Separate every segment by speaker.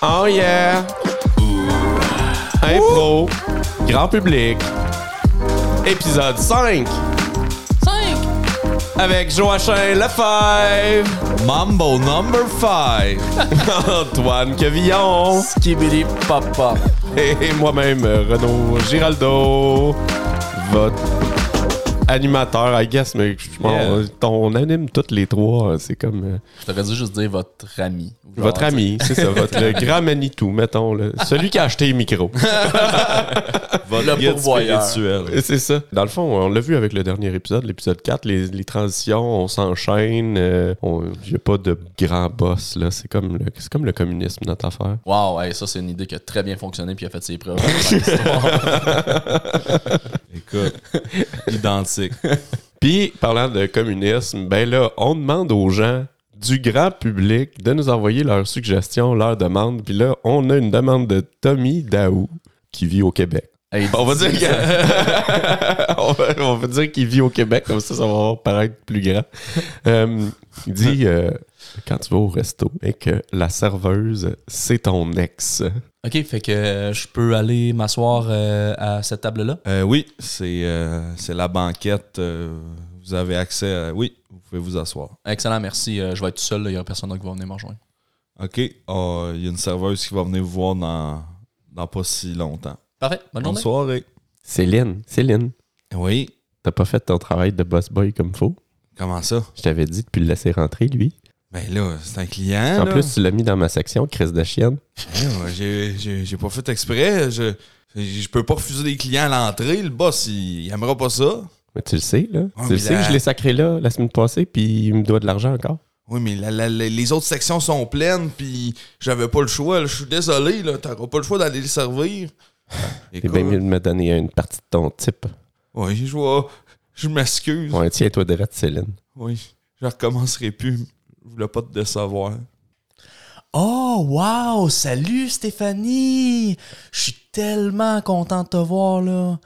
Speaker 1: Oh yeah! Impro, grand public, épisode 5
Speaker 2: 5!
Speaker 1: avec Joachim Lefebvre,
Speaker 3: Mambo number 5.
Speaker 1: Antoine Quevillon
Speaker 3: Skibidi papa.
Speaker 1: et moi-même Renaud Giraldo, votre animateur, I guess, mais je pense
Speaker 3: Yeah.
Speaker 1: on anime toutes les trois, c'est comme euh,
Speaker 2: Je t'aurais dû juste dire votre ami.
Speaker 3: Ah,
Speaker 2: Ou
Speaker 1: votre
Speaker 2: genre,
Speaker 1: ami, c'est ça, votre le grand Manitou, mettons, là. celui qui a acheté les micros.
Speaker 3: Votre
Speaker 2: Le
Speaker 3: guide
Speaker 2: pourvoyeur.
Speaker 3: spirituel.
Speaker 1: C'est ça. Dans le fond, on l'a vu avec le dernier épisode, l'épisode 4, les, les transitions, on s'enchaîne. euh, on- Il n'y a pas de grand boss, là. C'est comme, le- c'est comme le communisme, notre affaire.
Speaker 2: Wow, hey, ça c'est une idée qui a très bien fonctionné puis a fait ses preuves.
Speaker 3: Écoute, identique.
Speaker 1: Puis, parlant de communisme, ben là, on demande aux gens du grand public de nous envoyer leurs suggestions, leurs demandes. Puis là, on a une demande de Tommy Daou qui vit au Québec.
Speaker 2: Hey,
Speaker 1: On va dire que- on va- on va dire qu'il vit au Québec, comme ça, ça va paraître plus grand. Euh, il dit euh, quand tu vas au resto et que la serveuse, c'est ton ex.
Speaker 4: OK, fait que euh, je peux aller m'asseoir euh, à cette table-là.
Speaker 3: Euh, oui, c'est euh, c'est la banquette. euh, vous avez accès à... Oui, vous pouvez vous asseoir.
Speaker 2: Excellent, merci. Euh, je vais être tout seul, il n'y a personne d'autre qui va venir me rejoindre.
Speaker 3: OK. euh, Il y a une serveuse qui va venir vous voir dans, dans pas si longtemps.
Speaker 2: Parfait, bonne
Speaker 3: Bonne
Speaker 2: journée.
Speaker 3: soirée.
Speaker 1: Céline, Céline,
Speaker 3: Oui.
Speaker 1: t'as pas fait ton travail de boss boy comme faut.
Speaker 3: Comment ça?
Speaker 1: Je t'avais dit de plus le laisser rentrer, lui.
Speaker 3: Ben là, c'est un client.
Speaker 1: en
Speaker 3: là.
Speaker 1: plus, tu l'as mis dans ma section, crise de chienne.
Speaker 3: Ben là, j'ai- J'ai j'ai pas fait exprès. Je, je peux pas refuser des clients à l'entrée. Le boss, il, il aimera pas ça.
Speaker 1: Mais tu le sais, là. tu
Speaker 3: Ah, mais
Speaker 1: le sais
Speaker 3: la-
Speaker 1: que je l'ai sacré là la semaine passée, puis il me doit de l'argent encore.
Speaker 3: Oui, mais la- la- la- les autres sections sont pleines, puis j'avais pas le choix. là. Je suis désolé, là, t'auras pas le choix d'aller les servir.
Speaker 1: C'est
Speaker 3: Écoute,
Speaker 1: bien mieux de me donner une partie de ton type.
Speaker 3: Oui, je vois. Je m'excuse.
Speaker 1: Ouais, tiens-toi de Céline.
Speaker 3: Oui, je recommencerai plus. Je voulais pas te décevoir.
Speaker 4: Oh, wow! Salut, Stéphanie! Je suis tellement content de te voir, là.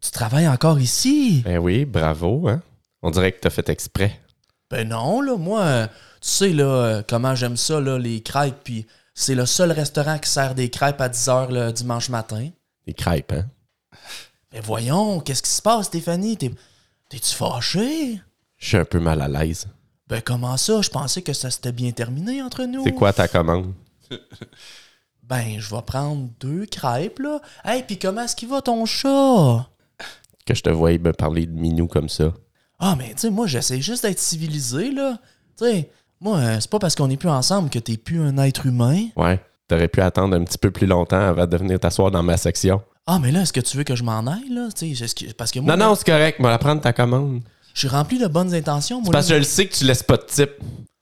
Speaker 4: Tu travailles encore ici?
Speaker 1: Ben oui, bravo, hein? On dirait que t'as fait exprès.
Speaker 4: Ben non, là, moi, euh, tu sais, là, euh, comment j'aime ça, là, les crêpes, puis c'est le seul restaurant qui sert des crêpes à 10h le dimanche matin.
Speaker 1: Les crêpes, hein?
Speaker 4: Mais voyons, qu'est-ce qui se passe, Stéphanie? T'es- T'es-tu fâchée?
Speaker 1: Je suis un peu mal à l'aise.
Speaker 4: Ben comment ça? Je pensais que ça s'était bien terminé entre nous.
Speaker 1: C'est quoi ta commande?
Speaker 4: Ben, je vais prendre deux crêpes, là. Hey, puis comment est-ce qu'il va ton chat?
Speaker 1: Que je te voyais me parler de minou comme ça.
Speaker 4: Ah, mais tu sais, moi, j'essaie juste d'être civilisé, là. Tu sais, moi, euh, c'est pas parce qu'on est plus ensemble que t'es plus un être humain.
Speaker 1: Ouais. T'aurais pu attendre un petit peu plus longtemps avant de venir t'asseoir dans ma section.
Speaker 4: Ah, mais là, est-ce que tu veux que je m'en aille, là? Tu sais, est-ce que- parce que moi,
Speaker 1: Non, non, c'est correct. Moi, la prendre ta commande.
Speaker 4: je suis rempli de bonnes intentions, moi.
Speaker 1: Parce que
Speaker 4: là.
Speaker 1: je le sais que tu laisses pas de type.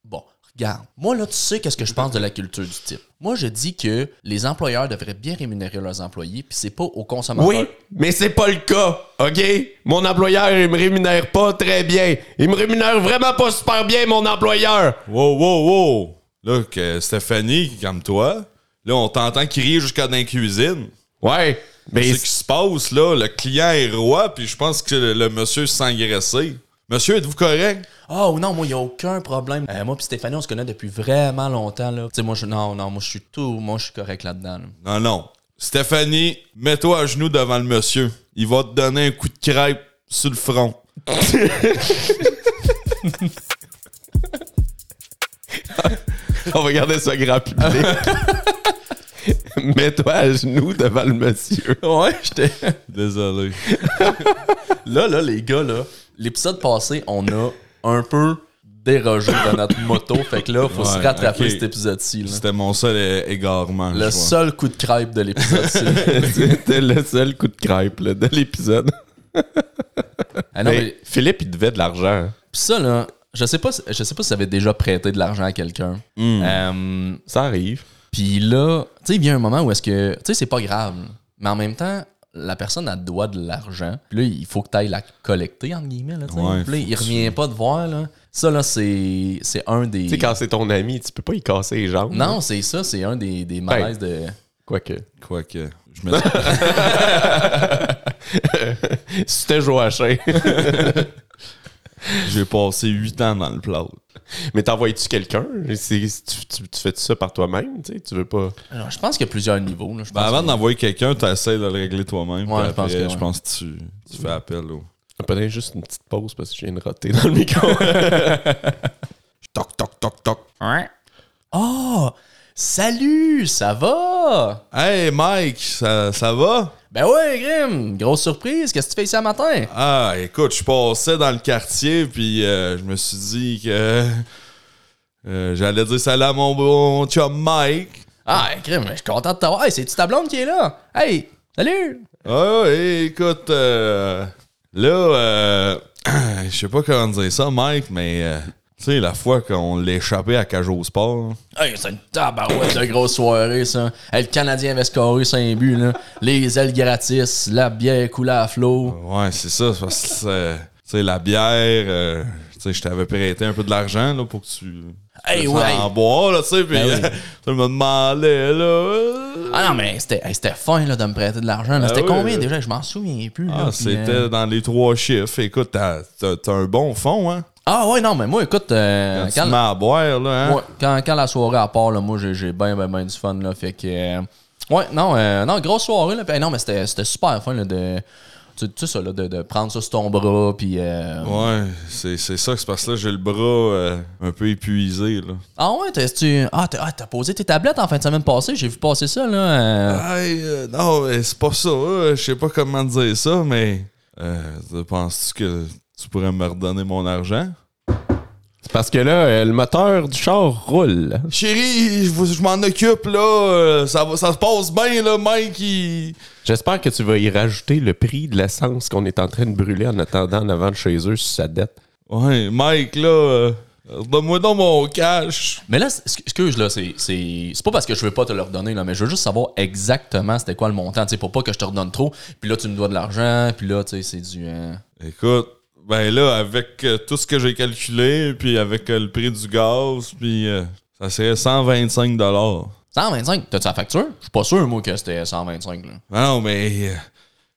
Speaker 4: Bon, regarde. Moi, là, tu sais qu'est-ce que je pense de la culture du type. Moi, je dis que les employeurs devraient bien rémunérer leurs employés, puis c'est pas aux consommateurs.
Speaker 1: Oui, mais c'est pas le cas, OK? Mon employeur, il me rémunère pas très bien. Il me rémunère vraiment pas super bien, mon employeur.
Speaker 3: Wow, wow, wow! Là, que Stéphanie, comme toi, là, on t'entend crier jusqu'à dans la cuisine.
Speaker 1: Ouais, mais
Speaker 3: Qu'est-ce qui se passe, là? Le client est roi, puis je pense que le, le monsieur s'engraissait. Monsieur, êtes-vous correct?
Speaker 4: Oh non, moi, il n'y a aucun problème. Euh, moi puis Stéphanie, on se connaît depuis vraiment longtemps. Là. Tu sais, moi, je, non, non, moi, je suis tout. Moi, je suis correct là-dedans. là.
Speaker 3: Non, non. Stéphanie, mets-toi à genoux devant le monsieur. Il va te donner un coup de crêpe sur le front.
Speaker 1: on va garder ça grand public. Mets-toi à genoux devant le monsieur.
Speaker 4: Ouais, j'étais.
Speaker 3: Désolé.
Speaker 2: Là, là, les gars, là, l'épisode passé, on a un peu dérogé de notre moto. Fait que là, faut se
Speaker 3: Ouais,
Speaker 2: rattraper
Speaker 3: ok.
Speaker 2: cet épisode-ci. là.
Speaker 3: C'était mon seul é- égarement. je
Speaker 2: Le
Speaker 3: vois.
Speaker 2: seul coup de crêpe de l'épisode-ci.
Speaker 1: C'était le seul coup de crêpe là, de l'épisode.
Speaker 2: Ah non,
Speaker 1: Mais
Speaker 2: mais-
Speaker 1: Philippe, il devait de l'argent. hein.
Speaker 2: Puis ça, là, je sais pas, si- je sais pas si vous avez déjà prêté de l'argent à quelqu'un.
Speaker 3: Hmm.
Speaker 2: Euh,
Speaker 1: Ça arrive.
Speaker 2: Puis là, tu sais, il vient un moment où est-ce que, tu sais, c'est pas grave, là. mais en même temps, la personne a doit de l'argent. Puis là, il faut que tu ailles la collecter, entre guillemets. Là, tu sais.
Speaker 3: Ouais,
Speaker 2: Puis là,
Speaker 3: faut
Speaker 2: il
Speaker 3: que
Speaker 2: revient pas de voir. Là. Ça, là, c'est c'est un des.
Speaker 1: Tu sais, quand c'est ton ami, tu peux pas y casser les jambes.
Speaker 2: Non, c'est ça, c'est un des,
Speaker 3: Ben.
Speaker 2: des malaises de.
Speaker 1: Quoique.
Speaker 3: Quoique. Je me dis-
Speaker 1: C'était Joachim.
Speaker 3: J'ai passé 8 ans dans le plâtre.
Speaker 1: Mais t'envoies-tu quelqu'un? C'est- Tu, tu- tu fais ça par toi-même, tu sais? Tu veux pas.
Speaker 2: Alors, je pense qu'il y a plusieurs niveaux. là. Je
Speaker 3: Ben,
Speaker 2: pense
Speaker 3: avant
Speaker 2: que-
Speaker 3: d'envoyer quelqu'un, tu essaies de le régler toi-même.
Speaker 2: Ouais,
Speaker 3: puis
Speaker 2: je pense
Speaker 3: après,
Speaker 2: que
Speaker 3: je
Speaker 2: ouais.
Speaker 3: pense que tu, tu fais appel. Là.
Speaker 1: Peut-être juste une petite pause parce que je viens de roter dans le micro.
Speaker 3: Toc, toc, toc, toc.
Speaker 2: Ah! salut, ça va?
Speaker 3: Hey Mike, ça, ça va?
Speaker 2: Ben ouais, Grim, grosse surprise, qu'est-ce que tu fais ici à matin?
Speaker 3: Ah, écoute, je passais dans le quartier, puis euh, je me suis dit que euh, j'allais dire salut à mon bon chum Mike.
Speaker 2: Ah, Grim, je suis content de t'avoir. Hey, c'est-tu ta blonde qui est là? Hey, salut!
Speaker 3: Ah, ouais, écoute, euh, là, euh, je sais pas comment dire ça, Mike, mais euh, tu sais, la fois qu'on l'échappait à Cajot Sport,
Speaker 2: Hey, c'est une tabarouette de grosse soirée, ça. Hey, le Canadien avait scoré 5 buts, là. Les ailes gratis, la bière coulée à flot.
Speaker 3: Ouais, c'est ça. c'est Parce que c'est- tu sais, la bière, euh, tu sais, je t'avais prêté un peu de l'argent là, pour que tu.
Speaker 2: Hey,
Speaker 3: tu
Speaker 2: ouais.
Speaker 3: En boire, là, tu sais. Puis
Speaker 2: Ben oui.
Speaker 3: tu me demandais, là. euh,
Speaker 2: Ah non, mais c'était hey, c'était fin, là, de me prêter de l'argent. là. C'était
Speaker 3: oui,
Speaker 2: combien
Speaker 3: là.
Speaker 2: déjà? Je m'en souviens plus. là,
Speaker 3: Ah,
Speaker 2: puis,
Speaker 3: c'était
Speaker 2: euh,
Speaker 3: dans les trois chiffres. Écoute, t'as, t'as- t'as un bon fond, hein.
Speaker 2: Ah ouais, non, mais moi, écoute, euh,
Speaker 3: Quand tu
Speaker 2: quand-
Speaker 3: te mets à boire, là, hein.
Speaker 2: Ouais, quand, quand la soirée à part, là, moi, j'ai, j'ai bien, bien, bien du fun. Là, fait que. euh, ouais, non, euh, non, grosse soirée. Là, puis, hey, non, mais c'était, c'était super fun là, de. Tu tu sais, ça, là, de, de prendre ça sur ton bras. Puis. euh,
Speaker 3: Ouais, c'est, c'est ça, c'est parce que là, j'ai le bras euh, un peu épuisé, là.
Speaker 2: Ah ouais, t'as, tu, ah, t'as, ah, t'as posé tes tablettes en fin de semaine passée. J'ai vu passer ça, là. euh.
Speaker 3: Hey, euh, non, mais c'est pas ça. euh, je sais pas comment te dire ça, mais. euh, penses-tu que tu pourrais me redonner mon argent?
Speaker 1: C'est parce que là, euh, le moteur du char roule.
Speaker 3: Chérie, je, vous- je m'en occupe, là. euh, Ça, va- ça se passe bien, là, Mike. il-
Speaker 1: J'espère que tu vas y rajouter le prix de l'essence qu'on est en train de brûler en attendant en avant de chez eux sur sa dette.
Speaker 3: Ouais, Mike, là, euh, donne-moi donc mon cash.
Speaker 2: Mais là, c'est- excuse, là, c'est, c'est, c'est pas parce que je veux pas te le redonner, là, mais je veux juste savoir exactement c'était quoi le montant, tu sais, pour pas que je te redonne trop. Puis là, tu me dois de l'argent, puis là, tu sais, c'est du. euh,
Speaker 3: Écoute, ben là, avec euh, tout ce que j'ai calculé, puis avec euh, le prix du gaz, puis euh, ça serait 125 dollars.
Speaker 2: 125, t'as-tu la facture? Je suis pas sûr, moi, que c'était 125, là.
Speaker 3: Non, mais... euh,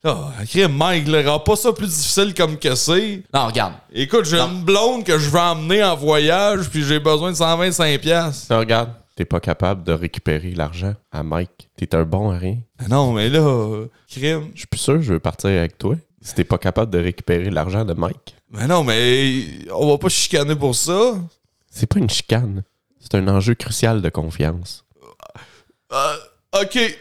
Speaker 3: Là, crime, Mike, là, rend pas ça plus difficile comme que c'est.
Speaker 2: Non, regarde.
Speaker 3: Écoute, j'ai une blonde que je vais emmener en voyage, puis j'ai besoin de 125 pièces.
Speaker 1: Ça, regarde, t'es pas capable de récupérer l'argent à Mike. T'es un bon à rien.
Speaker 3: Ben Non, mais là, euh, crime,
Speaker 1: Je suis plus sûr que je veux partir avec toi si t'es pas capable de récupérer l'argent de Mike.
Speaker 3: Mais non, mais on va pas chicaner pour ça.
Speaker 1: C'est pas une chicane. C'est un enjeu crucial de confiance.
Speaker 3: Euh, ok.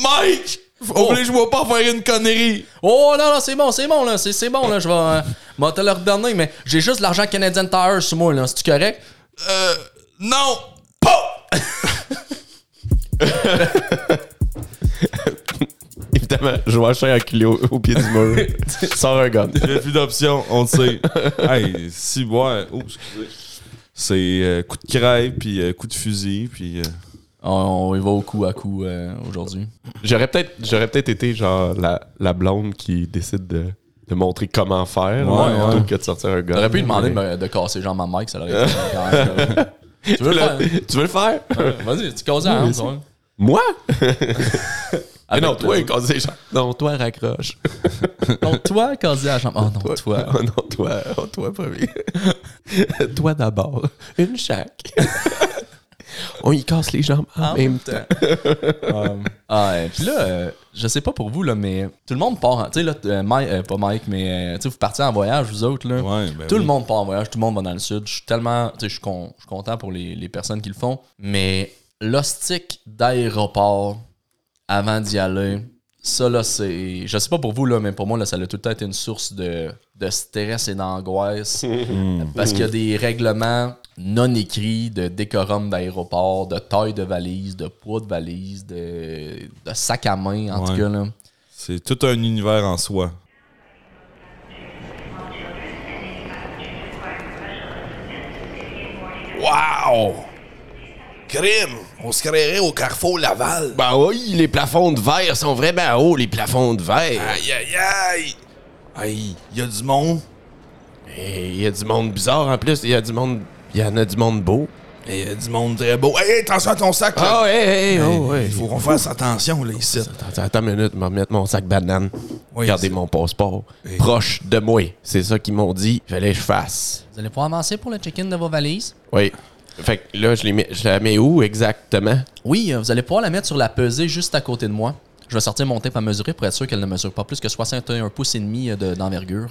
Speaker 3: Mike! Oblige-moi pas à faire une connerie.
Speaker 2: Oh non, non, c'est bon, c'est bon, là, c'est, c'est bon, là, je vais euh, m'en te le redonner, mais j'ai juste l'argent Canadian Tire sur moi, là, c'est-tu correct?
Speaker 3: Euh, non! Pas!
Speaker 1: Évidemment, je vois un culé au, au pied du mur. Sors un gun.
Speaker 3: Il y a plus d'options, on le sait. hey, si, ouais. Oh, excusez. C'est euh, coup de crêpe, puis euh, coup de fusil, puis. euh,
Speaker 2: On, on y va au coup à coup euh, aujourd'hui.
Speaker 1: J'aurais peut-être j'aurais peut-être été genre la, la blonde qui décide de, de montrer comment faire
Speaker 3: Ouais,
Speaker 1: là, plutôt
Speaker 3: ouais.
Speaker 1: que de sortir un gun.
Speaker 2: T'aurais pu lui demander de,
Speaker 1: Ouais.
Speaker 2: me- de casser genre ma mic, ça l'aurait été quand même, là. Tu veux le faire?
Speaker 1: Tu veux le faire?
Speaker 2: Ouais, Vas-y, tu causes un hein,
Speaker 1: Moi? Mais
Speaker 2: Avec
Speaker 1: non, toi,
Speaker 2: plaisir.
Speaker 1: quand c'est genre. Non, toi, raccroche.
Speaker 2: Non, toi, caser la chambre. Oh non, toi.
Speaker 1: Oh non, toi, oh, toi premier. toi d'abord. Une chaque. On y casse les jambes en même temps.
Speaker 2: Ah, ouais. Puis là, euh, je sais pas pour vous, là, mais tout le monde part. en- Tu sais, là, t- euh, Mike, euh, pas Mike, mais euh, tu sais, vous partez en voyage, vous autres, là.
Speaker 3: Ouais, ben
Speaker 2: tout
Speaker 3: oui.
Speaker 2: le monde part en voyage, tout le monde va dans le sud. Je suis tellement. Tu sais, je suis con- je suis content pour les, les personnes qui le font. Mais l'hostique d'aéroport avant d'y aller, ça, là, c'est. Je sais pas pour vous, là, mais pour moi, là, ça a tout le temps été une source de, de stress et d'angoisse. parce qu'il y a des règlements non écrits de décorum d'aéroport, de taille de valise, de poids de valise, de, de sac à main, en tout
Speaker 3: Ouais.
Speaker 2: cas, là.
Speaker 3: C'est tout un univers en soi.
Speaker 5: Wow! Crime! On se créerait au carrefour Laval.
Speaker 1: Ben oui, les plafonds de verre sont vraiment hauts, les plafonds de verre.
Speaker 5: Aïe, aïe, aïe!
Speaker 3: Hey, y a du monde.
Speaker 1: Et il Eh, y a du monde bizarre en plus, il y a du monde. Il y en a du monde beau.
Speaker 5: Il y a du monde très beau. Hey, hey, attention à ton sac, là.
Speaker 1: hey, hey, oh, ouais.
Speaker 5: Faut qu'on fasse attention, là, ici.
Speaker 1: Attends, attends une minute, je vais remettre mon sac banane. Regardez mon passeport. Proche de moi. C'est ça qu'ils m'ont dit. Fallait que je fasse.
Speaker 4: Vous allez pouvoir avancer pour le check-in de vos valises?
Speaker 1: Oui. Fait que là, je, les mets, je la mets où exactement?
Speaker 2: Oui, euh, vous allez pouvoir la mettre sur la pesée juste à côté de moi. Je vais sortir mon tape à mesurer pour être sûr qu'elle ne mesure pas plus que 61 pouces et demi euh, de- d'envergure.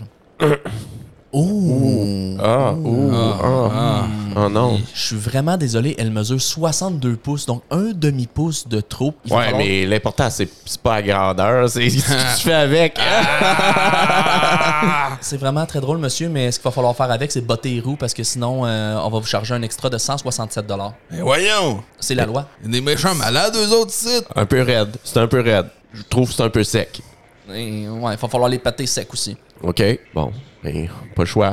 Speaker 2: oh!
Speaker 1: Ah, ouh, ah,
Speaker 2: Hmm.
Speaker 1: ah, non.
Speaker 2: Je suis vraiment désolé, elle mesure 62 pouces, donc un demi-pouce de trop. Ah. Il va
Speaker 1: Ouais,
Speaker 2: falloir-
Speaker 1: mais l'important, c'est c'est pas la grandeur, c'est ce que tu fais avec.
Speaker 2: Ah! C'est vraiment très drôle, monsieur, mais ce qu'il va falloir faire avec, c'est botter les roues parce que sinon, euh, on va vous charger un extra de 167
Speaker 3: Mais Ben, voyons!
Speaker 2: C'est
Speaker 1: Euh,
Speaker 2: la loi.
Speaker 3: Il y a des méchants malades, eux autres, sites!
Speaker 1: Un peu raide. C'est un peu raide. Je trouve que c'est un peu sec.
Speaker 2: Et, ouais, il va falloir les pâter secs aussi.
Speaker 1: OK? Bon, mais pas le choix.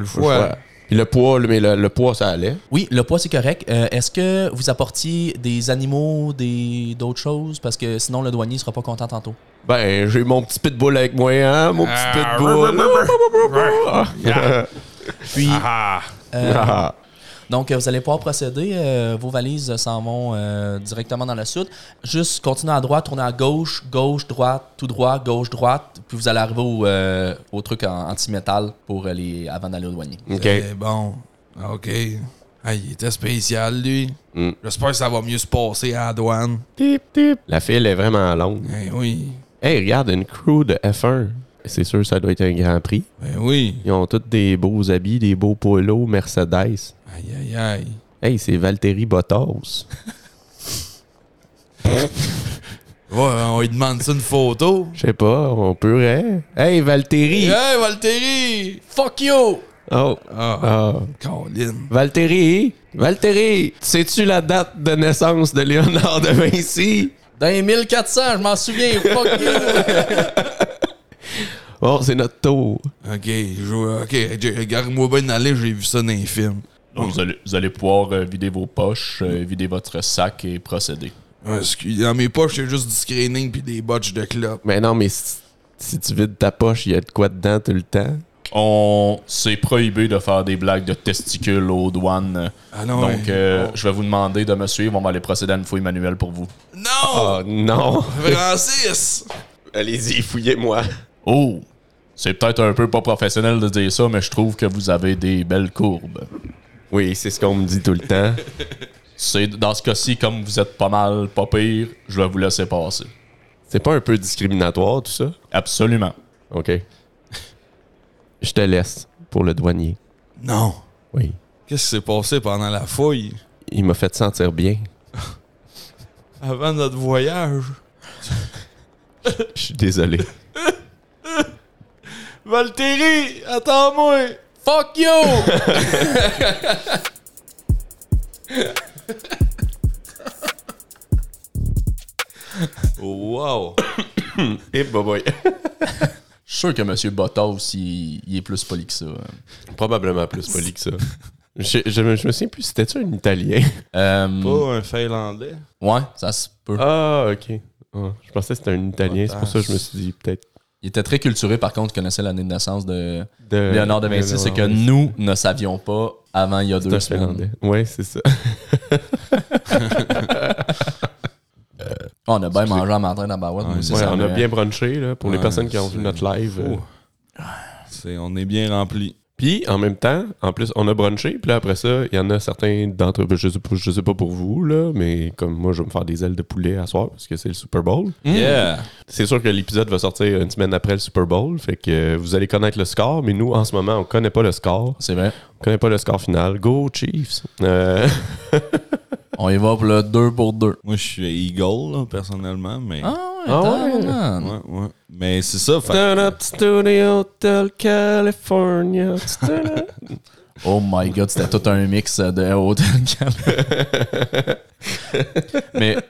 Speaker 1: Pas
Speaker 3: le
Speaker 1: le choix. Puis le poids, le- mais le, le poids, ça allait.
Speaker 2: Oui, le poids, c'est correct. Euh, Est-ce que vous apportiez des animaux, des d'autres choses? Parce que sinon, le douanier sera pas content tantôt.
Speaker 1: Ben, j'ai mon petit pitbull avec moi, hein? Mon
Speaker 2: Ah,
Speaker 1: petit pitbull.
Speaker 2: Puis,
Speaker 1: Ah.
Speaker 2: donc, euh, vous allez pouvoir procéder. euh, vos valises euh, s'en vont euh, directement dans la suite. Juste continuez à droite, tournez à gauche, gauche, droite, tout droit, gauche, droite. Puis vous allez arriver au, euh, au truc en- anti-métal pour euh, les, avant d'aller au douanier.
Speaker 1: OK.
Speaker 3: C'est Eh, bon. Ah, OK. Ah, il était spécial, lui. J'espère que ça va mieux se passer à la douane.
Speaker 1: Tip, tip. La file est vraiment longue.
Speaker 3: Ben oui.
Speaker 1: Hey, regarde, une crew de F1. C'est sûr, ça doit être un grand prix.
Speaker 3: Ben oui.
Speaker 1: Ils ont tous des beaux habits, des beaux polos, Mercedes.
Speaker 3: Aïe, aïe, aïe.
Speaker 1: Hey, c'est Valtteri Bottas.
Speaker 3: Ouais, on lui demande ça une photo.
Speaker 1: Je sais pas, on pourrait. Hey, Valtteri!
Speaker 3: Hey, Valtteri!
Speaker 2: Fuck you!
Speaker 1: Oh!
Speaker 3: Ah,
Speaker 1: Ah.
Speaker 3: Colin.
Speaker 1: Valtteri! Valtteri! Sais-tu la date de naissance de Léonard de Vinci?
Speaker 2: Dans les 1400, je m'en souviens. Fuck you!
Speaker 1: Oh, c'est notre tour.
Speaker 3: OK, je, OK, je- regarde-moi bien aller, j'ai vu ça dans les films.
Speaker 2: Donc, vous allez, vous allez pouvoir euh, vider vos poches, euh, vider votre sac et procéder.
Speaker 3: Ah, excuse- Dans mes poches, c'est juste du screening puis des botches de clopes.
Speaker 1: Mais non, mais si, si tu vides ta poche, il y a de quoi dedans tout le temps.
Speaker 2: On s'est prohibé de faire des blagues de testicules aux douanes.
Speaker 3: Ah non,
Speaker 2: Donc,
Speaker 3: hein.
Speaker 2: euh, je vais vous demander de me suivre. On va aller procéder à une fouille manuelle pour vous.
Speaker 3: Non!
Speaker 1: Oh non!
Speaker 3: Francis!
Speaker 1: Allez-y, fouillez-moi.
Speaker 2: Oh! C'est peut-être un peu pas professionnel de dire ça, mais je trouve que vous avez des belles courbes.
Speaker 1: Oui, c'est ce qu'on me dit tout le temps.
Speaker 2: C'est dans ce cas-ci, comme vous êtes pas mal, pas pire, je vais vous laisser passer.
Speaker 1: C'est pas un peu discriminatoire, tout ça?
Speaker 2: Absolument.
Speaker 1: OK. Je te laisse pour le douanier.
Speaker 3: Non.
Speaker 1: Oui.
Speaker 3: Qu'est-ce qui s'est passé pendant la fouille?
Speaker 1: Il m'a fait sentir bien.
Speaker 3: Avant notre voyage.
Speaker 1: Je suis désolé.
Speaker 3: Valtteri, attends-moi!
Speaker 2: Fuck you!
Speaker 3: Wow!
Speaker 1: Et bah boy.
Speaker 2: Je suis sûr que Monsieur Bottas, il, il est plus poli que ça. hein.
Speaker 1: Probablement plus poli que ça. Je, je me- je me souviens plus, c'était-tu un Italien?
Speaker 2: Euh,
Speaker 3: Pas un Finlandais.
Speaker 2: Ouais, ça se peut.
Speaker 1: Ah, ok. Ah, je pensais que c'était un Italien, c'est pour ça que je me suis dit peut-être.
Speaker 2: Il était très culturé, par contre, il connaissait l'année de naissance de
Speaker 1: De...
Speaker 2: Léonard de Vinci, c'est que nous ne savions pas avant il y a
Speaker 1: euh, C'est
Speaker 2: deux
Speaker 1: un
Speaker 2: semaines.
Speaker 1: Finlandais. Ouais, c'est ça.
Speaker 2: Ah, On a bien mangé en matin dans Bawad. moi aussi,
Speaker 1: Ouais,
Speaker 2: ça
Speaker 1: on a
Speaker 2: me-
Speaker 1: bien brunché là, pour les
Speaker 3: Ouais,
Speaker 1: personnes qui ont vu
Speaker 3: c'est-
Speaker 1: notre live. euh.
Speaker 3: Ouh. C'est, on est bien rempli.
Speaker 1: Puis en même temps, en plus, on a brunché. Puis là, après ça, il y en a certains d'entre vous, je sais pas, je sais pas pour vous, là, mais comme moi, je vais me faire des ailes de poulet à soir parce que c'est le Super Bowl.
Speaker 3: Hmm. Yeah!
Speaker 1: C'est sûr que l'épisode va sortir une semaine après le Super Bowl. Fait que euh, vous allez connaître le score, mais nous, en ce moment, on connaît pas le score.
Speaker 2: C'est vrai.
Speaker 1: On connaît pas le score final. Go Chiefs! Euh,
Speaker 2: On y va pour le 2 pour 2.
Speaker 3: Moi, je suis Eagle, là, personnellement, mais.
Speaker 1: Ah ouais?
Speaker 2: ouais.
Speaker 3: Ouais, ouais. Mais c'est ça, fait-
Speaker 1: Turn up studio Hotel California.
Speaker 2: Oh my god, c'était tout un mix de Hotel Cal. mais, tu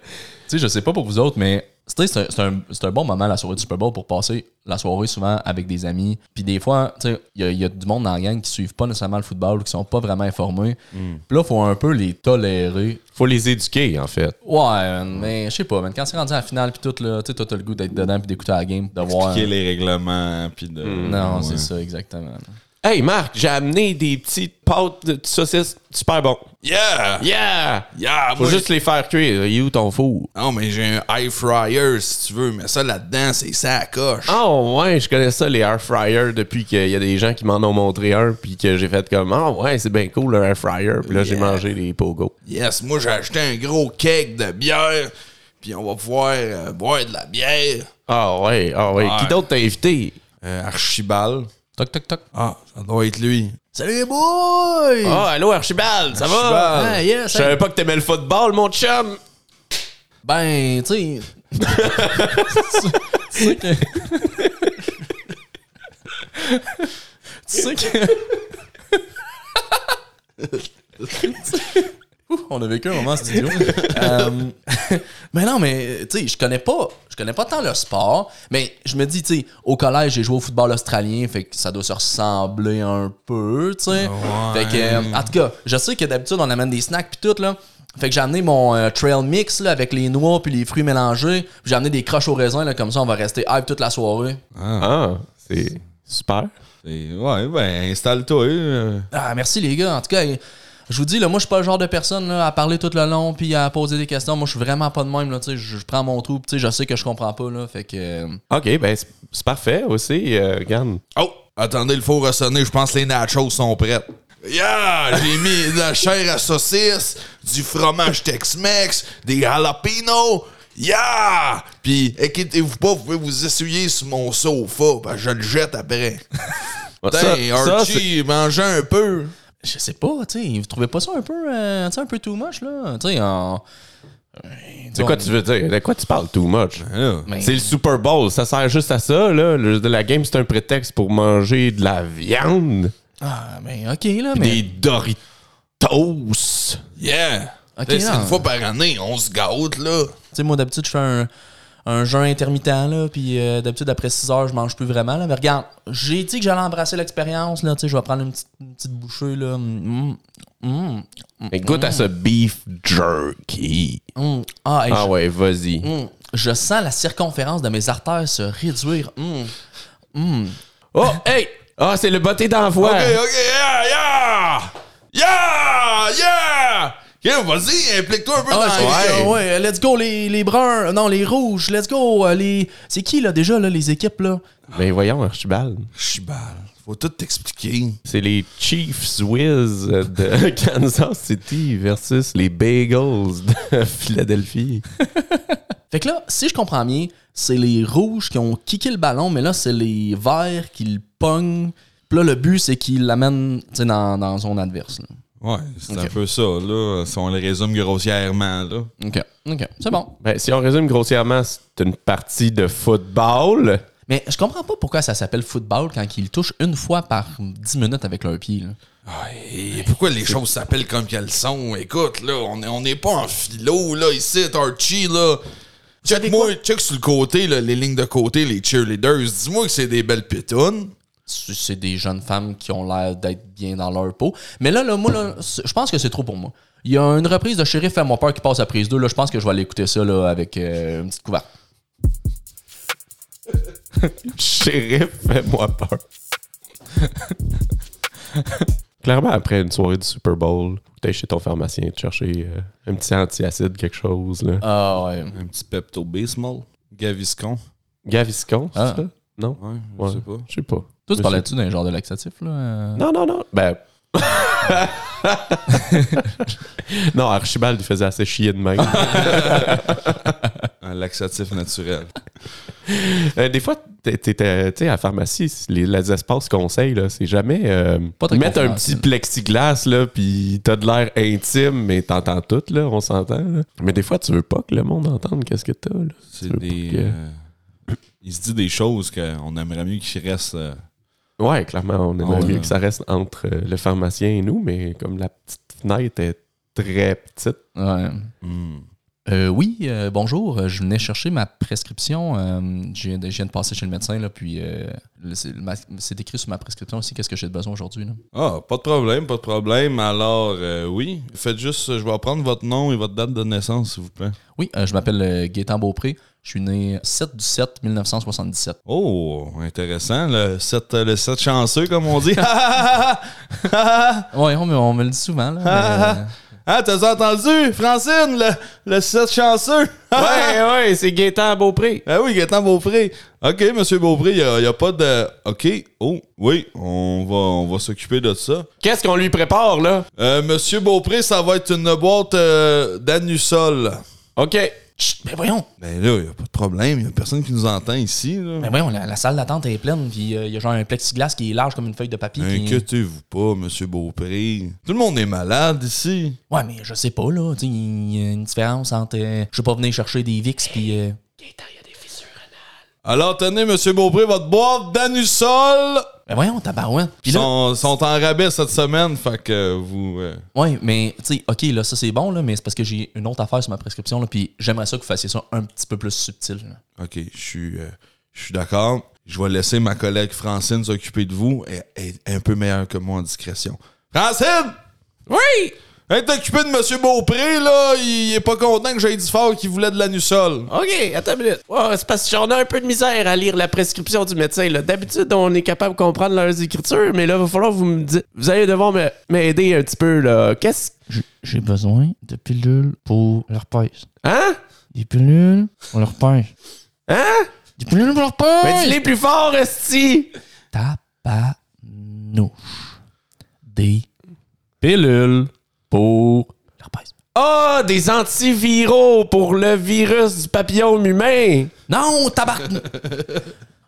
Speaker 2: sais, je sais pas pour vous autres, mais tu sais, c'est un- c'est un, c'est un bon moment la soirée du Super Bowl pour passer la soirée souvent avec des amis. Puis des fois, tu sais, il y, a- il y a du monde dans la gang qui suivent pas nécessairement le football ou qui sont pas vraiment informés. Puis là, faut un peu les tolérer.
Speaker 1: Faut les éduquer, en fait.
Speaker 2: Ouais, man, mais je sais pas, man. Quand c'est rendu à la finale, puis tout, là, tu sais, toi, t'as le goût d'être dedans, puis d'écouter la game, de voir.
Speaker 3: expliquer les règlements, puis de.
Speaker 2: Non,
Speaker 3: Ouais.
Speaker 2: c'est ça, exactement.
Speaker 1: Eh, Hey Marc, j'ai amené des petites pâtes de saucisses super bon.
Speaker 3: Yeah!
Speaker 1: Yeah!
Speaker 3: Yeah!
Speaker 1: Faut
Speaker 3: moi,
Speaker 1: juste les faire cuire. Il est où ton four?
Speaker 3: Non, mais j'ai un air fryer si tu veux, mais ça là-dedans, c'est ça à coche.
Speaker 1: Oh ouais, je connais ça, les air fryers, depuis qu'il y a des gens qui m'en ont montré un, puis que j'ai fait comme, ah ouais, c'est bien cool, le air fryer. Puis là, j'ai mangé des pogo.
Speaker 3: Yes, moi j'ai acheté un gros cake de bière, puis on va pouvoir euh, boire de la bière.
Speaker 1: Ah ouais, ah ouais. Qui d'autre t'a invité?
Speaker 3: Euh, Archibald.
Speaker 2: Toc, toc, toc.
Speaker 3: Ah, ça doit être lui.
Speaker 4: Salut les boys!
Speaker 1: Ah, allô Archibald, ça va?
Speaker 3: Archibald.
Speaker 1: Ah, yes, je savais pas que t'aimais le football, mon chum.
Speaker 2: Ben, tu sais. Tu sais que. Tu sais que. Ouh, On a vécu un moment en studio. Euh, mais non, mais euh, tu sais, je connais pas, je connais pas tant le sport, mais je me dis, tu sais, au collège, j'ai joué au football australien, fait que ça doit se ressembler un peu, tu sais. Fait que, euh, en tout cas, je sais que d'habitude, on amène des snacks puis tout, là. Fait que j'ai amené mon euh, trail mix là, avec les noix puis les fruits mélangés. Puis J'ai amené des croches aux raisins, là, comme ça on va rester hype toute la soirée.
Speaker 1: Ah, c'est super.
Speaker 3: Et ouais, ben installe-toi. euh.
Speaker 2: Ah, merci les gars. En tout cas, je vous dis, là, moi, je suis pas le genre de personne là, à parler tout le long puis à poser des questions. Moi, je suis vraiment pas de même. Là, tu sais. je je prends mon trou, puis tu sais, je sais que je comprends pas. Là, fait que. euh,
Speaker 1: Ok, ben c'est- c'est parfait aussi, euh, regarde.
Speaker 3: Oh! Attendez, le four a sonné, je pense que les nachos sont prêtes. Yeah! J'ai mis de la chair à saucisse, du fromage Tex-Mex, des jalapenos. Yeah! Puis, inquiétez-vous pas, vous pouvez vous essuyer sur mon sofa, ben, je le jette après.
Speaker 1: Ça-
Speaker 3: Putain,
Speaker 1: ça,
Speaker 3: Archie, mangez un peu.
Speaker 2: Je sais pas, tu sais, vous trouvez pas ça un peu, euh, tu sais, un peu too much, là? Tu sais, en.
Speaker 1: De quoi tu veux dire? De quoi tu parles too much?
Speaker 2: Mais-
Speaker 1: C'est le Super Bowl, ça sert juste à ça, là. Le- la game, c'est un prétexte pour manger de la viande.
Speaker 2: Ah, ben, ok, là, mais.
Speaker 1: Des Doritos.
Speaker 3: Yeah!
Speaker 2: Ok,
Speaker 3: Là, c'est
Speaker 2: non.
Speaker 3: une fois par année, on se gâte, là.
Speaker 2: Tu sais, moi, d'habitude, je fais un, un jeûne intermittent, là, puis euh, d'habitude, après 6 heures, je mange plus vraiment, là. Mais regarde, j'ai dit que j'allais embrasser l'expérience, là, tu sais, je vais prendre une petite, une petite bouchée, là. Mm, mm,
Speaker 1: Mais goûte à ce beef jerky.
Speaker 2: mm. Ah, hey,
Speaker 1: Ah
Speaker 2: je,
Speaker 1: ouais, vas-y.
Speaker 2: mm, je sens la circonférence de mes artères se réduire. Mm.
Speaker 1: Oh, hey! Ah, c'est le botté d'envoi.
Speaker 3: Ok, ah. ok, yeah, yeah! Yeah! Yeah! Ok, vas-y, implique-toi un peu
Speaker 2: Ah,
Speaker 3: dans
Speaker 2: ouais,
Speaker 3: la
Speaker 2: c'est-
Speaker 3: game.
Speaker 2: ouais, let's go, les, les bruns, non, les rouges, let's go, euh, les... C'est qui, là, déjà, là, les équipes, là?
Speaker 1: Ben voyons, Archibald.
Speaker 3: Chibal, faut tout t'expliquer.
Speaker 1: C'est les Chiefs Whiz de Kansas City versus les Bagels de Philadelphie.
Speaker 2: Fait que là, si je comprends bien, c'est les rouges qui ont kické le ballon, mais là, c'est les verts qui le pognent. Puis là, le but, c'est qu'ils l'amènent tu sais, dans, dans la zone adverse. là.
Speaker 3: Ouais, c'est un peu ça, là, si on le résume grossièrement, là.
Speaker 2: OK. OK. C'est bon.
Speaker 1: Ben, si on résume grossièrement, c'est une partie de football.
Speaker 2: Mais je comprends pas pourquoi ça s'appelle football quand ils le touchent une fois par 10 minutes avec leur pied. là.
Speaker 3: Et pourquoi les choses s'appellent comme qu'elles sont? Écoute, là, on n'est on est pas en philo, là, ici, Archie, là. Check-moi, check sur le côté, là, les lignes de côté, les cheerleaders. Dis-moi que c'est des belles pitounes.
Speaker 2: C'est c'est des jeunes femmes qui ont l'air d'être bien dans leur peau. Mais là, là moi, là, c'est- je pense que c'est trop pour moi. Il y a une reprise de Sheriff à mon père qui passe à prise 2. Là, je pense que je vais aller écouter ça là, avec euh, une petite couverte.
Speaker 1: Shérif, fais-moi peur. Clairement, après une soirée du Super Bowl, t'es chez ton pharmacien te chercher euh, un petit antiacide, quelque chose. Là.
Speaker 2: Ah ouais.
Speaker 3: Un petit Pepto Bismol. Gaviscon.
Speaker 1: Gaviscon, c'est
Speaker 2: Ah.
Speaker 1: ça? Non?
Speaker 3: Ouais, je
Speaker 1: Ouais.
Speaker 3: sais pas.
Speaker 1: Je sais pas.
Speaker 2: Toi, tu parlais-tu d'un genre de laxatif, là? euh?
Speaker 1: Non, non, non. Ben. non, Archibald, il faisait assez chier de même.
Speaker 3: Un laxatif naturel.
Speaker 1: Euh, des fois, t'es- t'es- t'es- tu sais, à la pharmacie, les, les espaces conseils, là, c'est jamais. euh,
Speaker 2: Pas très
Speaker 1: mettre un petit
Speaker 2: confidentiel.
Speaker 1: plexiglas, là, puis t'as de l'air intime, mais t'entends tout, là, on s'entend. là. Mais des fois, tu veux pas que le monde entende qu'est-ce que t'as, là. Tu
Speaker 3: C'est
Speaker 1: veux
Speaker 3: des.
Speaker 1: pas que-
Speaker 3: euh, il se dit des choses qu'on aimerait mieux qu'ils restent. euh,
Speaker 1: Ouais, clairement, on aimerait
Speaker 3: Ouais.
Speaker 1: mieux que ça reste entre euh, le pharmacien et nous, mais comme la petite fenêtre est très petite.
Speaker 2: Ouais.
Speaker 3: hmm.
Speaker 2: Euh, oui, euh, bonjour. euh, Je venais chercher ma prescription. euh, je, viens de, je viens de passer chez le médecin, là, puis euh, le- c'est ma- c'est écrit sur ma prescription aussi qu'est-ce que j'ai de besoin aujourd'hui. là.
Speaker 3: Ah, pas de problème, pas de problème. Alors, euh, oui, faites juste, euh, je vais prendre votre nom et votre date de naissance, s'il vous plaît.
Speaker 2: Oui, euh, je m'appelle euh, Gaétan Beaupré. Je suis né 7 du 7 1977.
Speaker 3: Oh, intéressant. Le 7, le sept chanceux, comme on dit. ah, ah, ah,
Speaker 2: Ouais, on, me- on me le dit souvent. Là,
Speaker 3: ah,
Speaker 2: mais, euh,
Speaker 3: ah, t'as entendu, Francine, le, le 7 chanceux.
Speaker 1: Ouais, ouais, c'est Gaétan à Beaupré.
Speaker 3: Ah oui, Gaëtan Beaupré. OK, Monsieur Beaupré, il n'y a, y a pas de... OK, oh, oui, on va, on va s'occuper de ça.
Speaker 1: Qu'est-ce qu'on lui prépare, là?
Speaker 3: Euh, Monsieur Beaupré, ça va être une boîte euh, d'anusol.
Speaker 1: OK.
Speaker 2: Chut, mais voyons,
Speaker 3: Ben là, il n'y a pas de problème. Il n'y a personne qui nous entend ici. Là.
Speaker 2: mais voyons, la, la salle d'attente est pleine, puis euh, il y a genre un plexiglas qui est large comme une feuille de papier. puis- euh,
Speaker 3: Inquiétez-vous pas, Monsieur Beaupré. Tout le monde est malade ici.
Speaker 2: Ouais, mais je sais pas, là. tu sais, Il y a une différence entre. euh, je vais pas venir chercher des VIX, puis. euh,
Speaker 3: Alors, tenez, Monsieur Beaupré, votre boîte d'anusol.
Speaker 2: Mais voyons, tabarouette. Puis
Speaker 3: Ils
Speaker 2: là,
Speaker 3: sont, sont en rabais cette semaine, fait que euh, vous... euh,
Speaker 2: ouais, mais, tu sais, OK, là, ça c'est bon, là, mais c'est parce que j'ai une autre affaire sur ma prescription, là, puis j'aimerais ça que vous fassiez ça un petit peu plus subtil, là.
Speaker 3: OK, je suis, euh, je suis d'accord. Je vais laisser ma collègue Francine s'occuper de vous. Elle, elle est un peu meilleure que moi en discrétion. Francine!
Speaker 1: Oui!
Speaker 3: Elle est occupée de Monsieur Beaupré, là. Il, il est pas content que j'aille dit fort qu'il voulait de l'anusol.
Speaker 1: OK, attends une minute. Ouais, c'est parce que j'en ai un peu de misère à lire la prescription du médecin. là. D'habitude, on est capable de comprendre leurs écritures, mais là, il va falloir que vous me dites. Vous allez devoir me- m'aider un petit peu, là. Qu'est-ce.
Speaker 4: J'ai besoin de pilules pour leur pêche.
Speaker 1: Hein?
Speaker 4: Des pilules pour leur pêche.
Speaker 1: Hein?
Speaker 4: Des pilules pour leur pêche!
Speaker 1: Mais dis-les plus fort, Esti!
Speaker 4: Tapanouche.
Speaker 2: Des.
Speaker 1: Pilule pour.
Speaker 2: leur pèse.
Speaker 1: Ah, des antiviraux pour le virus du papillon humain!
Speaker 2: Non, tabac!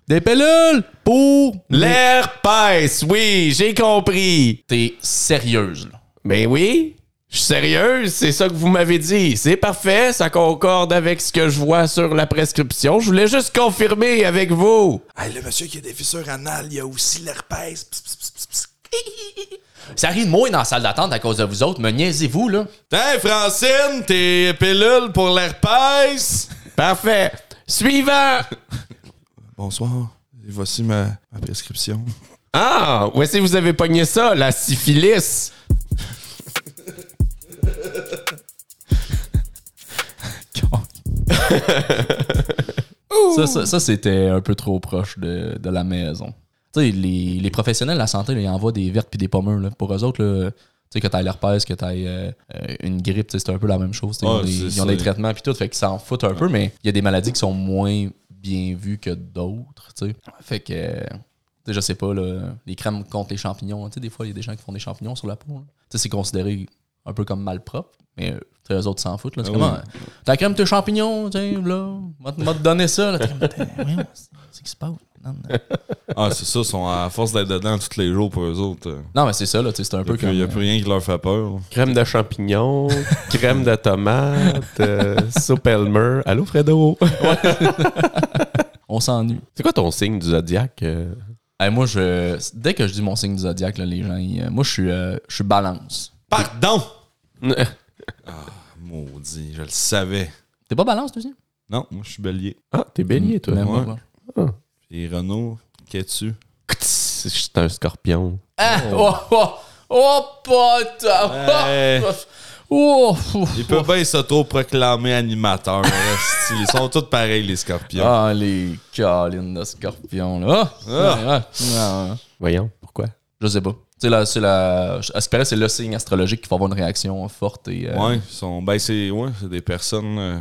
Speaker 2: des pellules pour.
Speaker 1: L'herpès, oui, j'ai compris.
Speaker 2: T'es sérieuse, là.
Speaker 1: Mais oui, je suis sérieuse, c'est ça que vous m'avez dit. C'est parfait, ça concorde avec ce que je vois sur la prescription. Je voulais juste confirmer avec vous.
Speaker 5: Hey, le monsieur qui a des fissures anales, il a aussi l'herpès. Pss, pss, pss, pss, pss.
Speaker 2: Ça arrive moins dans la salle d'attente à cause de vous autres, me niaisez-vous, là.
Speaker 3: Tiens, Hein, Francine, tes pilules pour l'herpès.
Speaker 1: Parfait. Suivant.
Speaker 3: Bonsoir. Et voici ma, ma prescription.
Speaker 1: Ah, où est-ce que vous avez pogné ça, la syphilis?
Speaker 2: Ça, ça, ça, c'était un peu trop proche de, de la maison. Tu sais, les, les professionnels de la santé, là, ils envoient des vertes puis des pommeux. Là. Pour eux autres, là, tu sais, que t'ailles l'herpès, que t'ailles euh, euh, une grippe, tu sais, c'est un peu la même chose. tu sais, ils ont
Speaker 3: Ouais,
Speaker 2: des-
Speaker 3: Ah, c'est
Speaker 2: ils ont
Speaker 3: ça.
Speaker 2: des traitements puis tout, fait qu'ils s'en foutent un peu, mais il y a des maladies qui sont moins bien vues que d'autres, tu sais. Fait que, euh, tu sais, je sais pas, là, les crèmes contre les champignons, tu sais, des fois, il y a des gens qui font des champignons sur la peau. là. Tu sais, c'est considéré un peu comme malpropre, mais euh, tu sais, eux autres s'en foutent. Là. C'est comme, ah, ta crème tes champignons, tiens, là, va te va te donner ça. là. T'es comme, T'es- voyons, c'est- c'est qui se passe? Non, non.
Speaker 3: Ah, c'est ça, ils sont à force d'être dedans tous les jours pour eux autres.
Speaker 2: Non, mais c'est ça, là, tu sais, c'est un peu
Speaker 3: Il
Speaker 2: comme. euh,
Speaker 3: n'y a plus rien qui leur fait peur.
Speaker 1: Crème de champignons, crème de tomate, euh, soupe Elmer. Allô, Fredo?
Speaker 2: On s'ennuie.
Speaker 1: C'est quoi ton signe du zodiaque? euh?
Speaker 2: Hey, moi, je, dès que je dis mon signe du zodiaque, là, les gens, ils, euh, moi, je suis, euh, je suis balance.
Speaker 3: Pardon! Maudit, je le savais.
Speaker 2: T'es pas balance, toi aussi?
Speaker 3: Non, moi, je suis bélier.
Speaker 1: Ah, t'es bélier, toi.
Speaker 2: Même
Speaker 3: ouais.
Speaker 2: pas.
Speaker 3: Et Renaud, qu'es-tu?
Speaker 1: Je suis un scorpion.
Speaker 2: Ah! Oh, oh, oh, putain!
Speaker 3: Hey,
Speaker 2: Oh, fou.
Speaker 3: Eh, il peut bien s'auto-proclamer animateur. esti. Ils sont tous pareils, les scorpions.
Speaker 2: Ah, les câlines de scorpion, là. Ah! Ouais, ouais.
Speaker 4: Ah,
Speaker 2: Ouais, ouais.
Speaker 1: Voyons, pourquoi?
Speaker 2: Je sais pas. Tu sais, là, c'est la. À ce qui paraît, c'est le signe astrologique qui va avoir une réaction forte et. euh,
Speaker 3: Ouais, ils sont. Ben, c'est ouais, c'est des personnes. euh,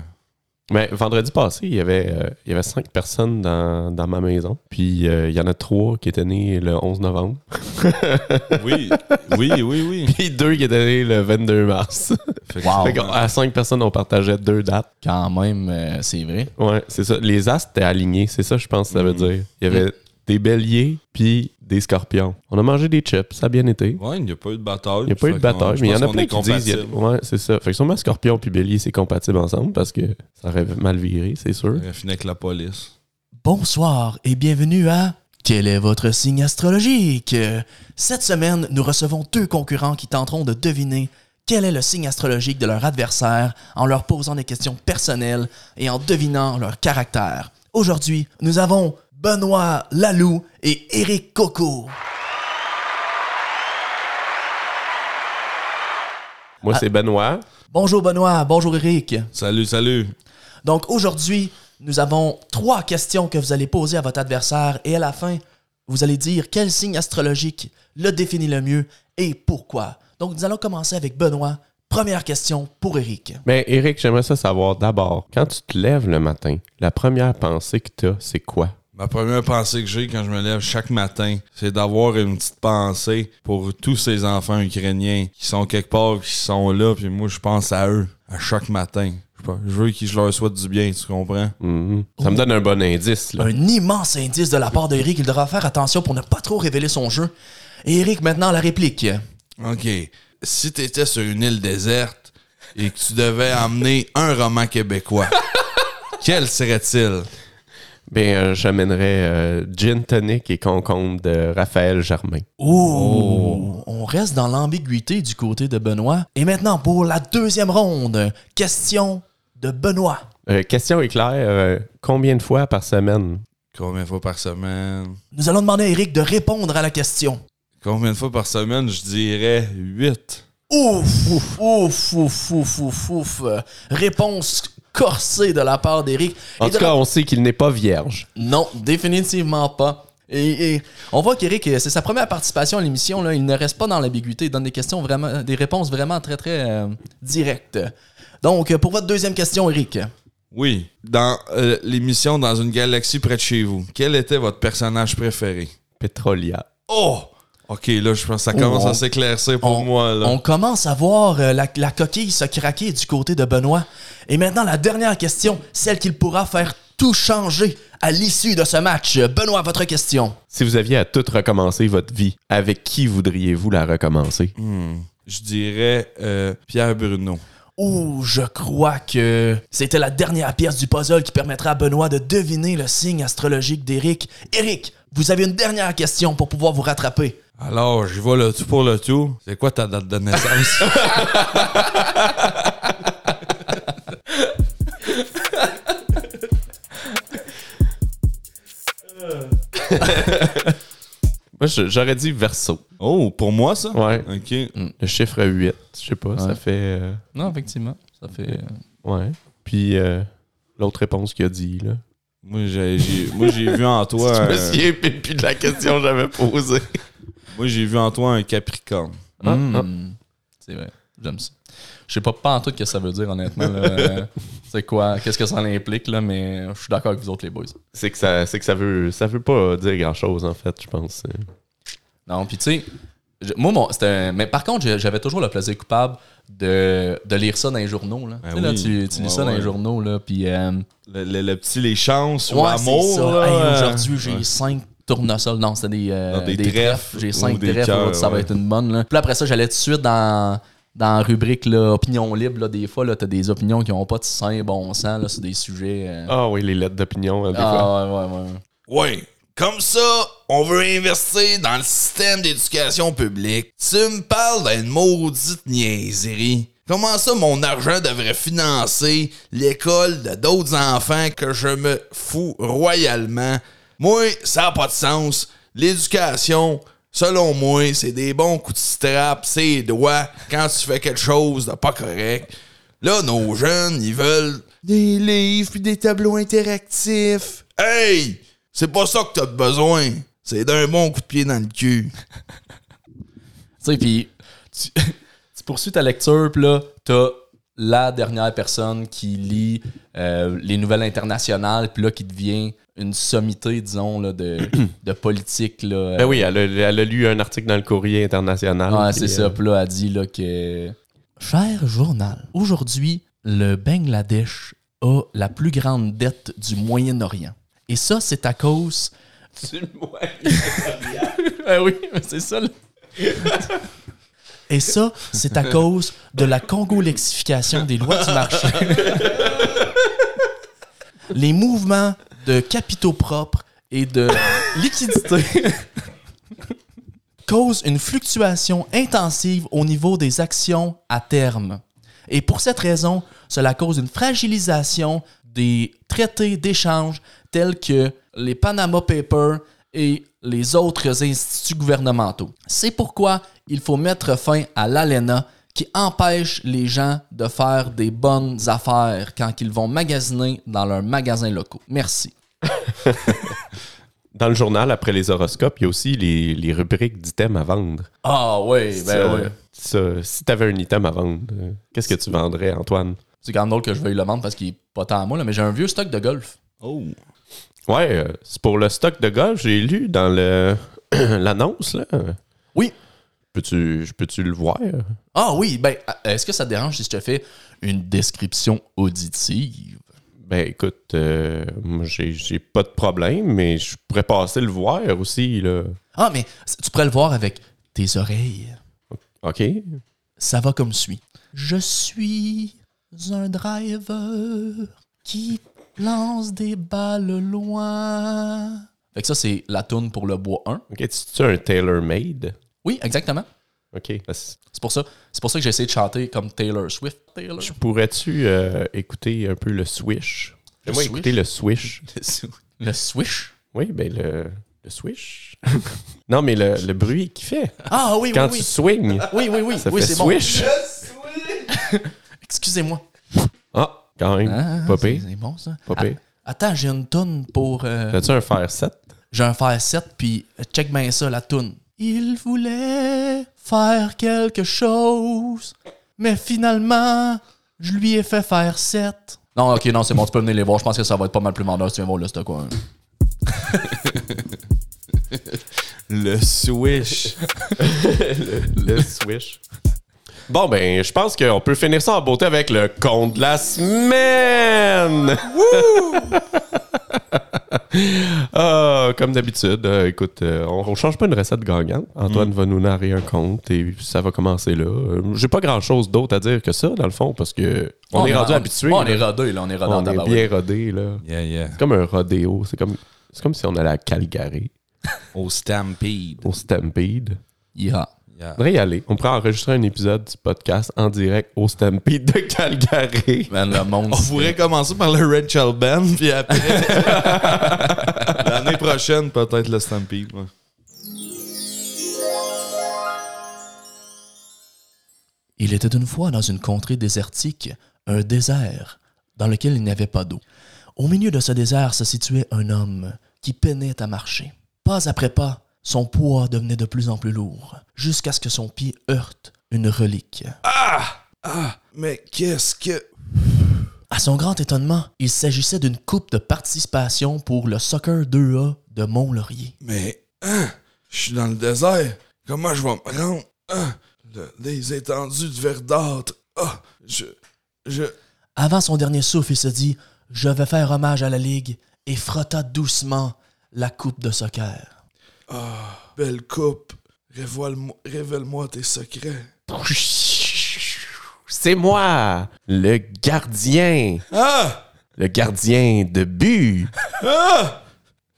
Speaker 1: Mais Ben, vendredi passé, il y avait, euh, il y avait cinq personnes dans, dans ma maison. Puis euh, il y en a trois qui étaient nés le 11 novembre.
Speaker 3: Oui, oui, oui, oui.
Speaker 1: Puis deux qui étaient nés le 22 mars.
Speaker 3: Fait que-
Speaker 2: Wow.
Speaker 1: Fait qu'à cinq personnes, on partageait deux dates.
Speaker 2: Quand même, euh, c'est vrai.
Speaker 1: Ouais, c'est ça. Les astres étaient alignés. C'est ça, je pense que ça veut dire. Il y avait des béliers puis des scorpions. On a mangé des chips. Ça a bien été.
Speaker 3: Ouais, il n'y a pas eu de bataille.
Speaker 1: Il n'y a pas eu de bataille, mais il y en a plein qui disent. il y a- Ouais, c'est ça. Fait que sûrement scorpion puis bélier, c'est compatible ensemble parce que ça aurait mal viré, c'est sûr.
Speaker 3: On fini avec la police.
Speaker 4: Bonsoir et bienvenue à Quel est votre signe astrologique Cette semaine, nous recevons deux concurrents qui tenteront de deviner quel est le signe astrologique de leur adversaire en leur posant des questions personnelles et en devinant leur caractère. Aujourd'hui, nous avons Benoît Lalou et Eric Coco.
Speaker 1: Moi, c'est Benoît.
Speaker 4: Bonjour Benoît, bonjour Eric.
Speaker 3: Salut, salut.
Speaker 4: Donc aujourd'hui, Nous avons trois questions que vous allez poser à votre adversaire et à la fin, vous allez dire quel signe astrologique le définit le mieux et pourquoi. Donc, nous allons commencer avec Benoît. Première question pour Eric.
Speaker 1: Mais Eric, j'aimerais ça savoir d'abord, quand tu te lèves le matin, la première pensée que tu as, c'est quoi?
Speaker 3: Ma première pensée que j'ai quand je me lève chaque matin, c'est d'avoir une petite pensée pour tous ces enfants ukrainiens qui sont quelque part, qui sont là, puis moi je pense à eux à chaque matin. Je sais pas, Je veux qu'ils je leur souhaite du bien, tu comprends?
Speaker 1: Mhm. Ça me donne un bon indice. Là.
Speaker 4: Un immense indice de la part d'Eric. Il devra faire attention pour ne pas trop révéler son jeu. Et Eric, maintenant, la réplique.
Speaker 3: OK. Si t'étais sur une île déserte et que tu devais emmener un roman québécois, quel serait-il?
Speaker 1: Ben, euh, j'amènerais euh, Gin Tonic et Concombre de Raphaël Germain.
Speaker 4: Oh. On reste dans l'ambiguïté du côté de Benoît. Et maintenant, pour la deuxième ronde, question de Benoît.
Speaker 1: Euh, question éclair, euh, combien de fois par semaine?
Speaker 3: Combien de fois par semaine?
Speaker 4: Nous allons demander à Eric de répondre à la question.
Speaker 3: Combien de fois par semaine? Je dirais 8.
Speaker 4: Ouf, ouf, ouf, ouf, ouf, ouf, ouf. Euh, Réponse corsée de la part d'Eric.
Speaker 1: En
Speaker 4: Et de
Speaker 1: tout
Speaker 4: la-
Speaker 1: cas, on sait qu'il n'est pas vierge.
Speaker 4: Non, définitivement pas. Et, et on voit qu'Eric, euh, c'est sa première participation à l'émission. là. Il ne reste pas dans l'ambiguïté. Il donne des questions vraiment, des réponses vraiment très, très euh, directes. Donc, euh, pour votre deuxième question, Eric.
Speaker 3: Oui. Dans euh, l'émission Dans une galaxie près de chez vous, quel était votre personnage préféré?
Speaker 1: Pétrolia.
Speaker 3: Oh! Ok, là, je pense que ça commence
Speaker 4: Oh, on-
Speaker 3: à s'éclaircir pour moi. Là.
Speaker 4: on commence à voir euh, la, la coquille se craquer du côté de Benoît. Et maintenant, la dernière question, celle qu'il pourra faire tout changer à l'issue de ce match. Benoît, votre question.
Speaker 1: Si vous aviez à tout recommencer votre vie, avec qui voudriez-vous la recommencer?
Speaker 3: Hmm. Je dirais euh, Pierre Bruno.
Speaker 4: Ouh, je crois que c'était la dernière pièce du puzzle qui permettra à Benoît de deviner le signe astrologique d'Éric. Éric, vous avez une dernière question pour pouvoir vous rattraper.
Speaker 3: Alors, je vais le tout pour le tout. C'est quoi ta date de naissance?
Speaker 1: Moi, je- j'aurais dit verso.
Speaker 3: oh, pour moi, ça?
Speaker 1: Ouais.
Speaker 3: Ok.
Speaker 1: Le chiffre 8, je sais pas, ça fait... euh,
Speaker 2: Non, effectivement. Ça fait. euh,
Speaker 1: ouais. Puis euh, l'autre réponse qu'il a dit, là.
Speaker 3: Moi, j'ai, j'ai- moi, j'ai vu en toi.
Speaker 1: Je me
Speaker 3: un-
Speaker 1: souviens plus de la question que j'avais posée.
Speaker 3: moi, j'ai vu en toi un Capricorne.
Speaker 1: Ah,
Speaker 2: hmm,
Speaker 1: ah.
Speaker 2: C'est vrai. J'aime ça. Je sais pas pas en tout ce que ça veut dire, honnêtement. là. Euh, c'est quoi? Qu'est-ce que ça implique, là? Mais je suis d'accord avec vous autres, les boys.
Speaker 1: C'est que ça, c'est que ça veut, ça veut pas dire grand chose en fait, je pense.
Speaker 2: Non, puis tu sais, je- moi, mon- c'était un- mais par contre, j'ai- j'avais toujours le plaisir coupable de, de lire ça dans les journaux. Là.
Speaker 3: Ben
Speaker 2: Tu sais, là,
Speaker 3: oui.
Speaker 2: tu, tu lis
Speaker 3: Ouais,
Speaker 2: ça dans
Speaker 3: ouais.
Speaker 2: les journaux, là, puis... euh,
Speaker 3: Le, le- le petit Les Chances ou
Speaker 4: Ouais,
Speaker 3: Amour.
Speaker 4: c'est ça.
Speaker 3: là,
Speaker 4: Hey,
Speaker 3: euh,
Speaker 4: Aujourd'hui, j'ai cinq tournesols. Non, c'était des, euh,
Speaker 3: Non, des
Speaker 4: trèfles.
Speaker 3: trèfles
Speaker 4: J'ai
Speaker 3: ou
Speaker 4: cinq
Speaker 3: des
Speaker 4: trèfles.
Speaker 3: cœurs,
Speaker 4: l'autre, ça va
Speaker 3: ouais.
Speaker 4: être une bonne. là. Puis après ça, j'allais tout de suite dans, dans la rubrique là, opinion libre. là. des fois, là, t'as des opinions qui n'ont pas de sain bon sens là, sur des sujets... euh,
Speaker 1: Ah oui, les lettres d'opinion, euh, des fois.
Speaker 2: Ah, ouais, ouais, ouais.
Speaker 3: Ouais.
Speaker 5: Comme ça, on veut investir dans le système d'éducation publique. Tu me parles d'une maudite niaiserie. Comment ça mon argent devrait financer l'école de d'autres enfants que je me fous royalement? Moi, ça n'a pas de sens. L'éducation, selon moi, c'est des bons coups de strap, c'est doigts quand tu fais quelque chose de pas correct. Là, nos jeunes, ils veulent des livres puis des tableaux interactifs. Hey! C'est pas ça que t'as besoin. C'est d'un bon coup de pied dans le cul.
Speaker 2: Tu sais, puis tu, tu poursuis ta lecture, puis là, t'as la dernière personne qui lit euh, les nouvelles internationales, puis là, qui devient une sommité, disons, là, de, de politique. Là,
Speaker 1: Ben oui, elle a, elle a lu un article dans le courrier international.
Speaker 2: Ouais,
Speaker 1: puis,
Speaker 2: c'est
Speaker 1: euh,
Speaker 2: ça. Ah, Puis là, elle dit là, que.
Speaker 4: Cher journal, aujourd'hui, le Bangladesh a la plus grande dette du Moyen-Orient. Et ça, c'est à cause...
Speaker 2: Ah oui, c'est ça.
Speaker 4: Et ça, c'est à cause de la congolexification des lois du marché. Les mouvements de capitaux propres et de liquidité causent une fluctuation intensive au niveau des actions à terme. Et pour cette raison, cela cause une fragilisation des traités d'échange tels que les Panama Papers et les autres instituts gouvernementaux. C'est pourquoi il faut mettre fin à l'ALENA
Speaker 2: qui empêche les gens de faire des bonnes affaires quand ils vont magasiner dans leurs magasins locaux. Merci.
Speaker 1: Dans le journal, après les horoscopes, il y a aussi les, les rubriques d'items à vendre.
Speaker 2: Ah oui,
Speaker 1: Ça, ça, si tu avais un item à vendre, euh, qu'est-ce que tu vendrais, Antoine?
Speaker 2: C'est quand même drôle que je veuille le vendre parce qu'il est pas tant à moi, là, mais j'ai un vieux stock de golf.
Speaker 1: Ouais, euh, c'est pour le stock de golf, j'ai lu dans le l'annonce. là.
Speaker 2: Oui.
Speaker 1: Peux-tu je peux-tu le voir?
Speaker 2: Ah oui, ben, est-ce que ça te dérange si je te fais une description auditive?
Speaker 1: Ben écoute, euh, moi j'ai j'ai pas de problème, mais je pourrais passer le voir aussi. Là.
Speaker 2: Ah, mais c- tu pourrais le voir avec tes oreilles.
Speaker 1: OK?
Speaker 2: Ça va comme suit. Je suis un driver qui lance des balles loin. Fait que ça, c'est la toune pour le bois 1.
Speaker 1: OK, tu un tailor-made?
Speaker 2: Oui, exactement.
Speaker 1: OK. Parce-
Speaker 2: C'est pour ça, c'est pour ça que j'ai essayé de chanter comme Taylor Swift. Taylor.
Speaker 1: Tu pourrais-tu euh, écouter un peu le swish? Fais-moi
Speaker 2: swish?
Speaker 1: écouter le swish.
Speaker 2: Le swish.
Speaker 1: Oui, ben le, le swish. non, mais le, le bruit qu'il fait
Speaker 2: Ah oui,
Speaker 1: quand
Speaker 2: oui,
Speaker 1: tu swings.
Speaker 2: oui. Oui, oui, oui.
Speaker 1: Ça
Speaker 2: oui,
Speaker 1: fait
Speaker 2: c'est bon.
Speaker 1: swish.
Speaker 2: Excusez-moi.
Speaker 1: Ah, quand même,
Speaker 2: Ah,
Speaker 1: pas
Speaker 2: c'est-
Speaker 1: pire.
Speaker 2: C'est bon, ça.
Speaker 1: Pas pire.
Speaker 2: Ah, Attends, j'ai une toune pour. euh,
Speaker 1: T'as-tu un fer 7?
Speaker 2: J'ai un faire 7, puis euh, check bien ça, la toune. Il voulait faire quelque chose, mais finalement, je lui ai fait faire 7. Non, ok, non, c'est bon, tu peux venir les voir. Je pense que ça va être pas mal plus vendeur si tu viens voir le stock. ouais.
Speaker 1: Le swish. le, le swish. Bon, ben, je pense qu'on peut finir ça en beauté avec le compte de la semaine. Ah, comme d'habitude, euh, écoute, euh, on, on change pas une recette gagnante. Antoine va nous narrer un compte et ça va commencer là. Euh, J'ai pas grand-chose d'autre à dire que ça, dans le fond, parce que on, est rendu habitué.
Speaker 2: On est
Speaker 1: là.
Speaker 2: rodé, là, on est rodé en
Speaker 1: On est
Speaker 2: tabarouette.
Speaker 1: bien rodé, là.
Speaker 5: Yeah, yeah.
Speaker 1: C'est comme un rodéo. C'est comme, c'est comme si on allait à Calgary,
Speaker 5: Au Stampede.
Speaker 1: au Stampede.
Speaker 2: Yeah.
Speaker 5: Yeah.
Speaker 1: On devrait y aller. On pourrait enregistrer un épisode du podcast en direct au Stampede de Calgary.
Speaker 2: Man, le monde.
Speaker 5: On pourrait commencer par le Red Shell Band, puis après. L'année prochaine, peut-être le Stampede. ouais.
Speaker 4: Il était une fois dans une contrée désertique, un désert, dans lequel il n'y avait pas d'eau. Au milieu de ce désert se situait un homme qui peinait à marcher. Pas après pas, son poids devenait de plus en plus lourd, jusqu'à ce que son pied heurte une relique.
Speaker 5: Mais qu'est-ce que.
Speaker 4: À son grand étonnement, il s'agissait d'une coupe de participation pour le Soccer 2A de Mont-Laurier.
Speaker 5: Mais. hein, Je suis dans le désert. Comment je vais me rendre? Hein, le- les étendues de verdâtre. Ah! Je. Je.
Speaker 4: Avant son dernier souffle, il se dit Je vais faire hommage à la Ligue et frotta doucement la coupe de soccer.
Speaker 5: Belle coupe. Révoile-moi- Révèle-moi tes secrets.
Speaker 1: C'est moi, le gardien,
Speaker 5: Ah!
Speaker 1: le gardien de but.
Speaker 5: Ah!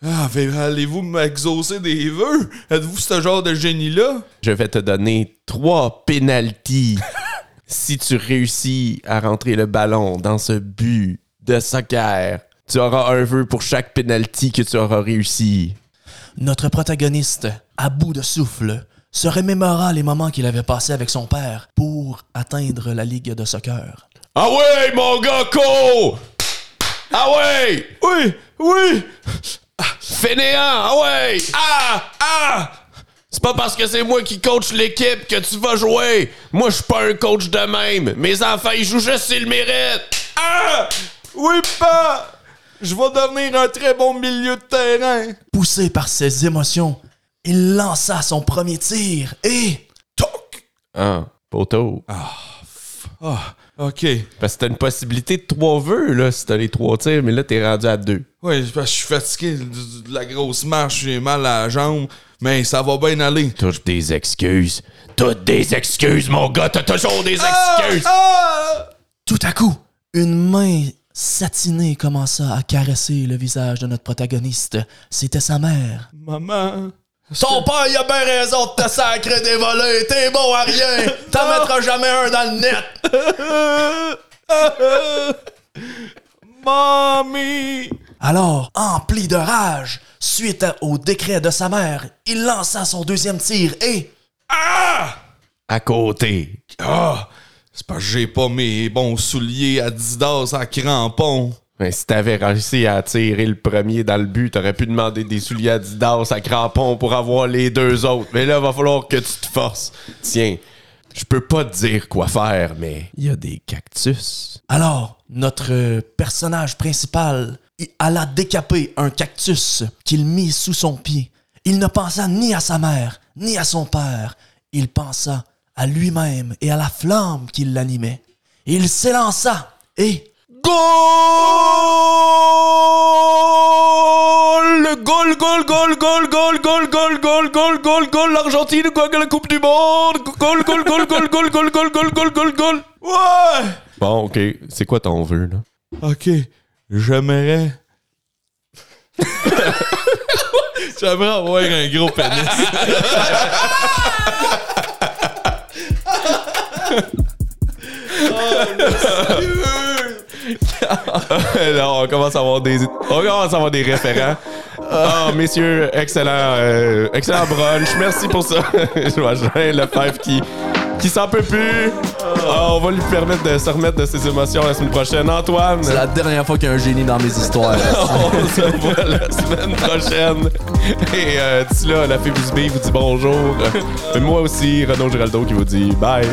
Speaker 5: Ah, mais allez-vous m'exaucer des vœux? Êtes-vous ce genre de génie-là?
Speaker 1: Je vais te donner trois pénalties si tu réussis à rentrer le ballon dans ce but de soccer. Tu auras un vœu pour chaque pénalty que tu auras réussi.
Speaker 4: Notre protagoniste, à bout de souffle, se remémora les moments qu'il avait passés avec son père pour atteindre la Ligue de soccer.
Speaker 1: Ah ouais, mon gars, co! Ah ouais!
Speaker 5: Oui! Oui!
Speaker 1: Fainéant, ah ouais! Ah! Ah! C'est pas parce que c'est moi qui coach l'équipe que tu vas jouer! Moi, je suis pas un coach de même! Mes enfants, ils jouent juste s'ils le méritent!
Speaker 5: Ah! Oui, pas! Je vais devenir un très bon milieu de terrain.
Speaker 4: Poussé par ses émotions, il lança son premier tir et.
Speaker 5: Toc!
Speaker 1: Ah, poteau.
Speaker 5: Ah, ok.
Speaker 1: Parce que t'as une possibilité de trois vœux, là, si t'as les trois tirs, mais là, t'es rendu à deux.
Speaker 5: Oui, je suis fatigué de de la grosse marche, j'ai mal à la jambe, mais ça va bien aller.
Speaker 1: Touche des excuses. Toutes des excuses, mon gars, t'as toujours des excuses!
Speaker 5: Ah!
Speaker 4: Tout à coup, une main satinée commença à caresser le visage de notre protagoniste. C'était sa mère.
Speaker 5: Maman!
Speaker 2: Ton père, il a bien raison de te sacrer des volets. T'es bon à rien. T'en mettras jamais un dans le net.
Speaker 5: Mommy!
Speaker 4: Alors, empli de rage, suite à- au décret de sa mère, il lança son deuxième tir et...
Speaker 5: Ah!
Speaker 1: à côté.
Speaker 3: Ah! C'est parce que j'ai pas mes bons souliers Adidas à crampons.
Speaker 1: Mais Ben, si t'avais réussi à tirer le premier dans le but, t'aurais pu demander des souliers Adidas à crampons pour avoir les deux autres. Mais là, va falloir que tu te forces. Tiens, je peux pas te dire quoi faire, mais il y a des cactus.
Speaker 4: Alors, notre euh, personnage principal il alla décaper un cactus qu'il mit sous son pied. Il ne pensa ni à sa mère, ni à son père. Il pensa à lui-même et à la flamme qui l'animait. Il s'élança et...
Speaker 1: Goal! Le goal, goal, goal, goal, goal, goal, goal, goal, goal, goal, goal, l'Argentine gagne la Coupe du Monde! Goal, goal, goal, goal, goal, goal, goal, goal, goal, goal, goal!
Speaker 3: Ouais!
Speaker 1: Bon, ok, c'est quoi ton vœu, là?
Speaker 3: Ok, j'aimerais. j'aimerais avoir un gros pénis.
Speaker 1: Là, on commence à avoir des, on commence à avoir des référents.
Speaker 2: Ah.
Speaker 1: Oh, messieurs, excellent, euh, excellent brunch. Merci pour ça. Je vois Jean Lefebvre qui, qui s'en peut plus. Ah, on va lui permettre de se remettre de ses émotions la semaine prochaine. Antoine,
Speaker 2: C'est la dernière fois qu'il y a un génie dans mes histoires.
Speaker 1: on se voit la semaine prochaine. Et euh, d'ici là, la fille du B vous dit bonjour. Euh, Moi aussi, Renaud Giraldo qui vous dit bye.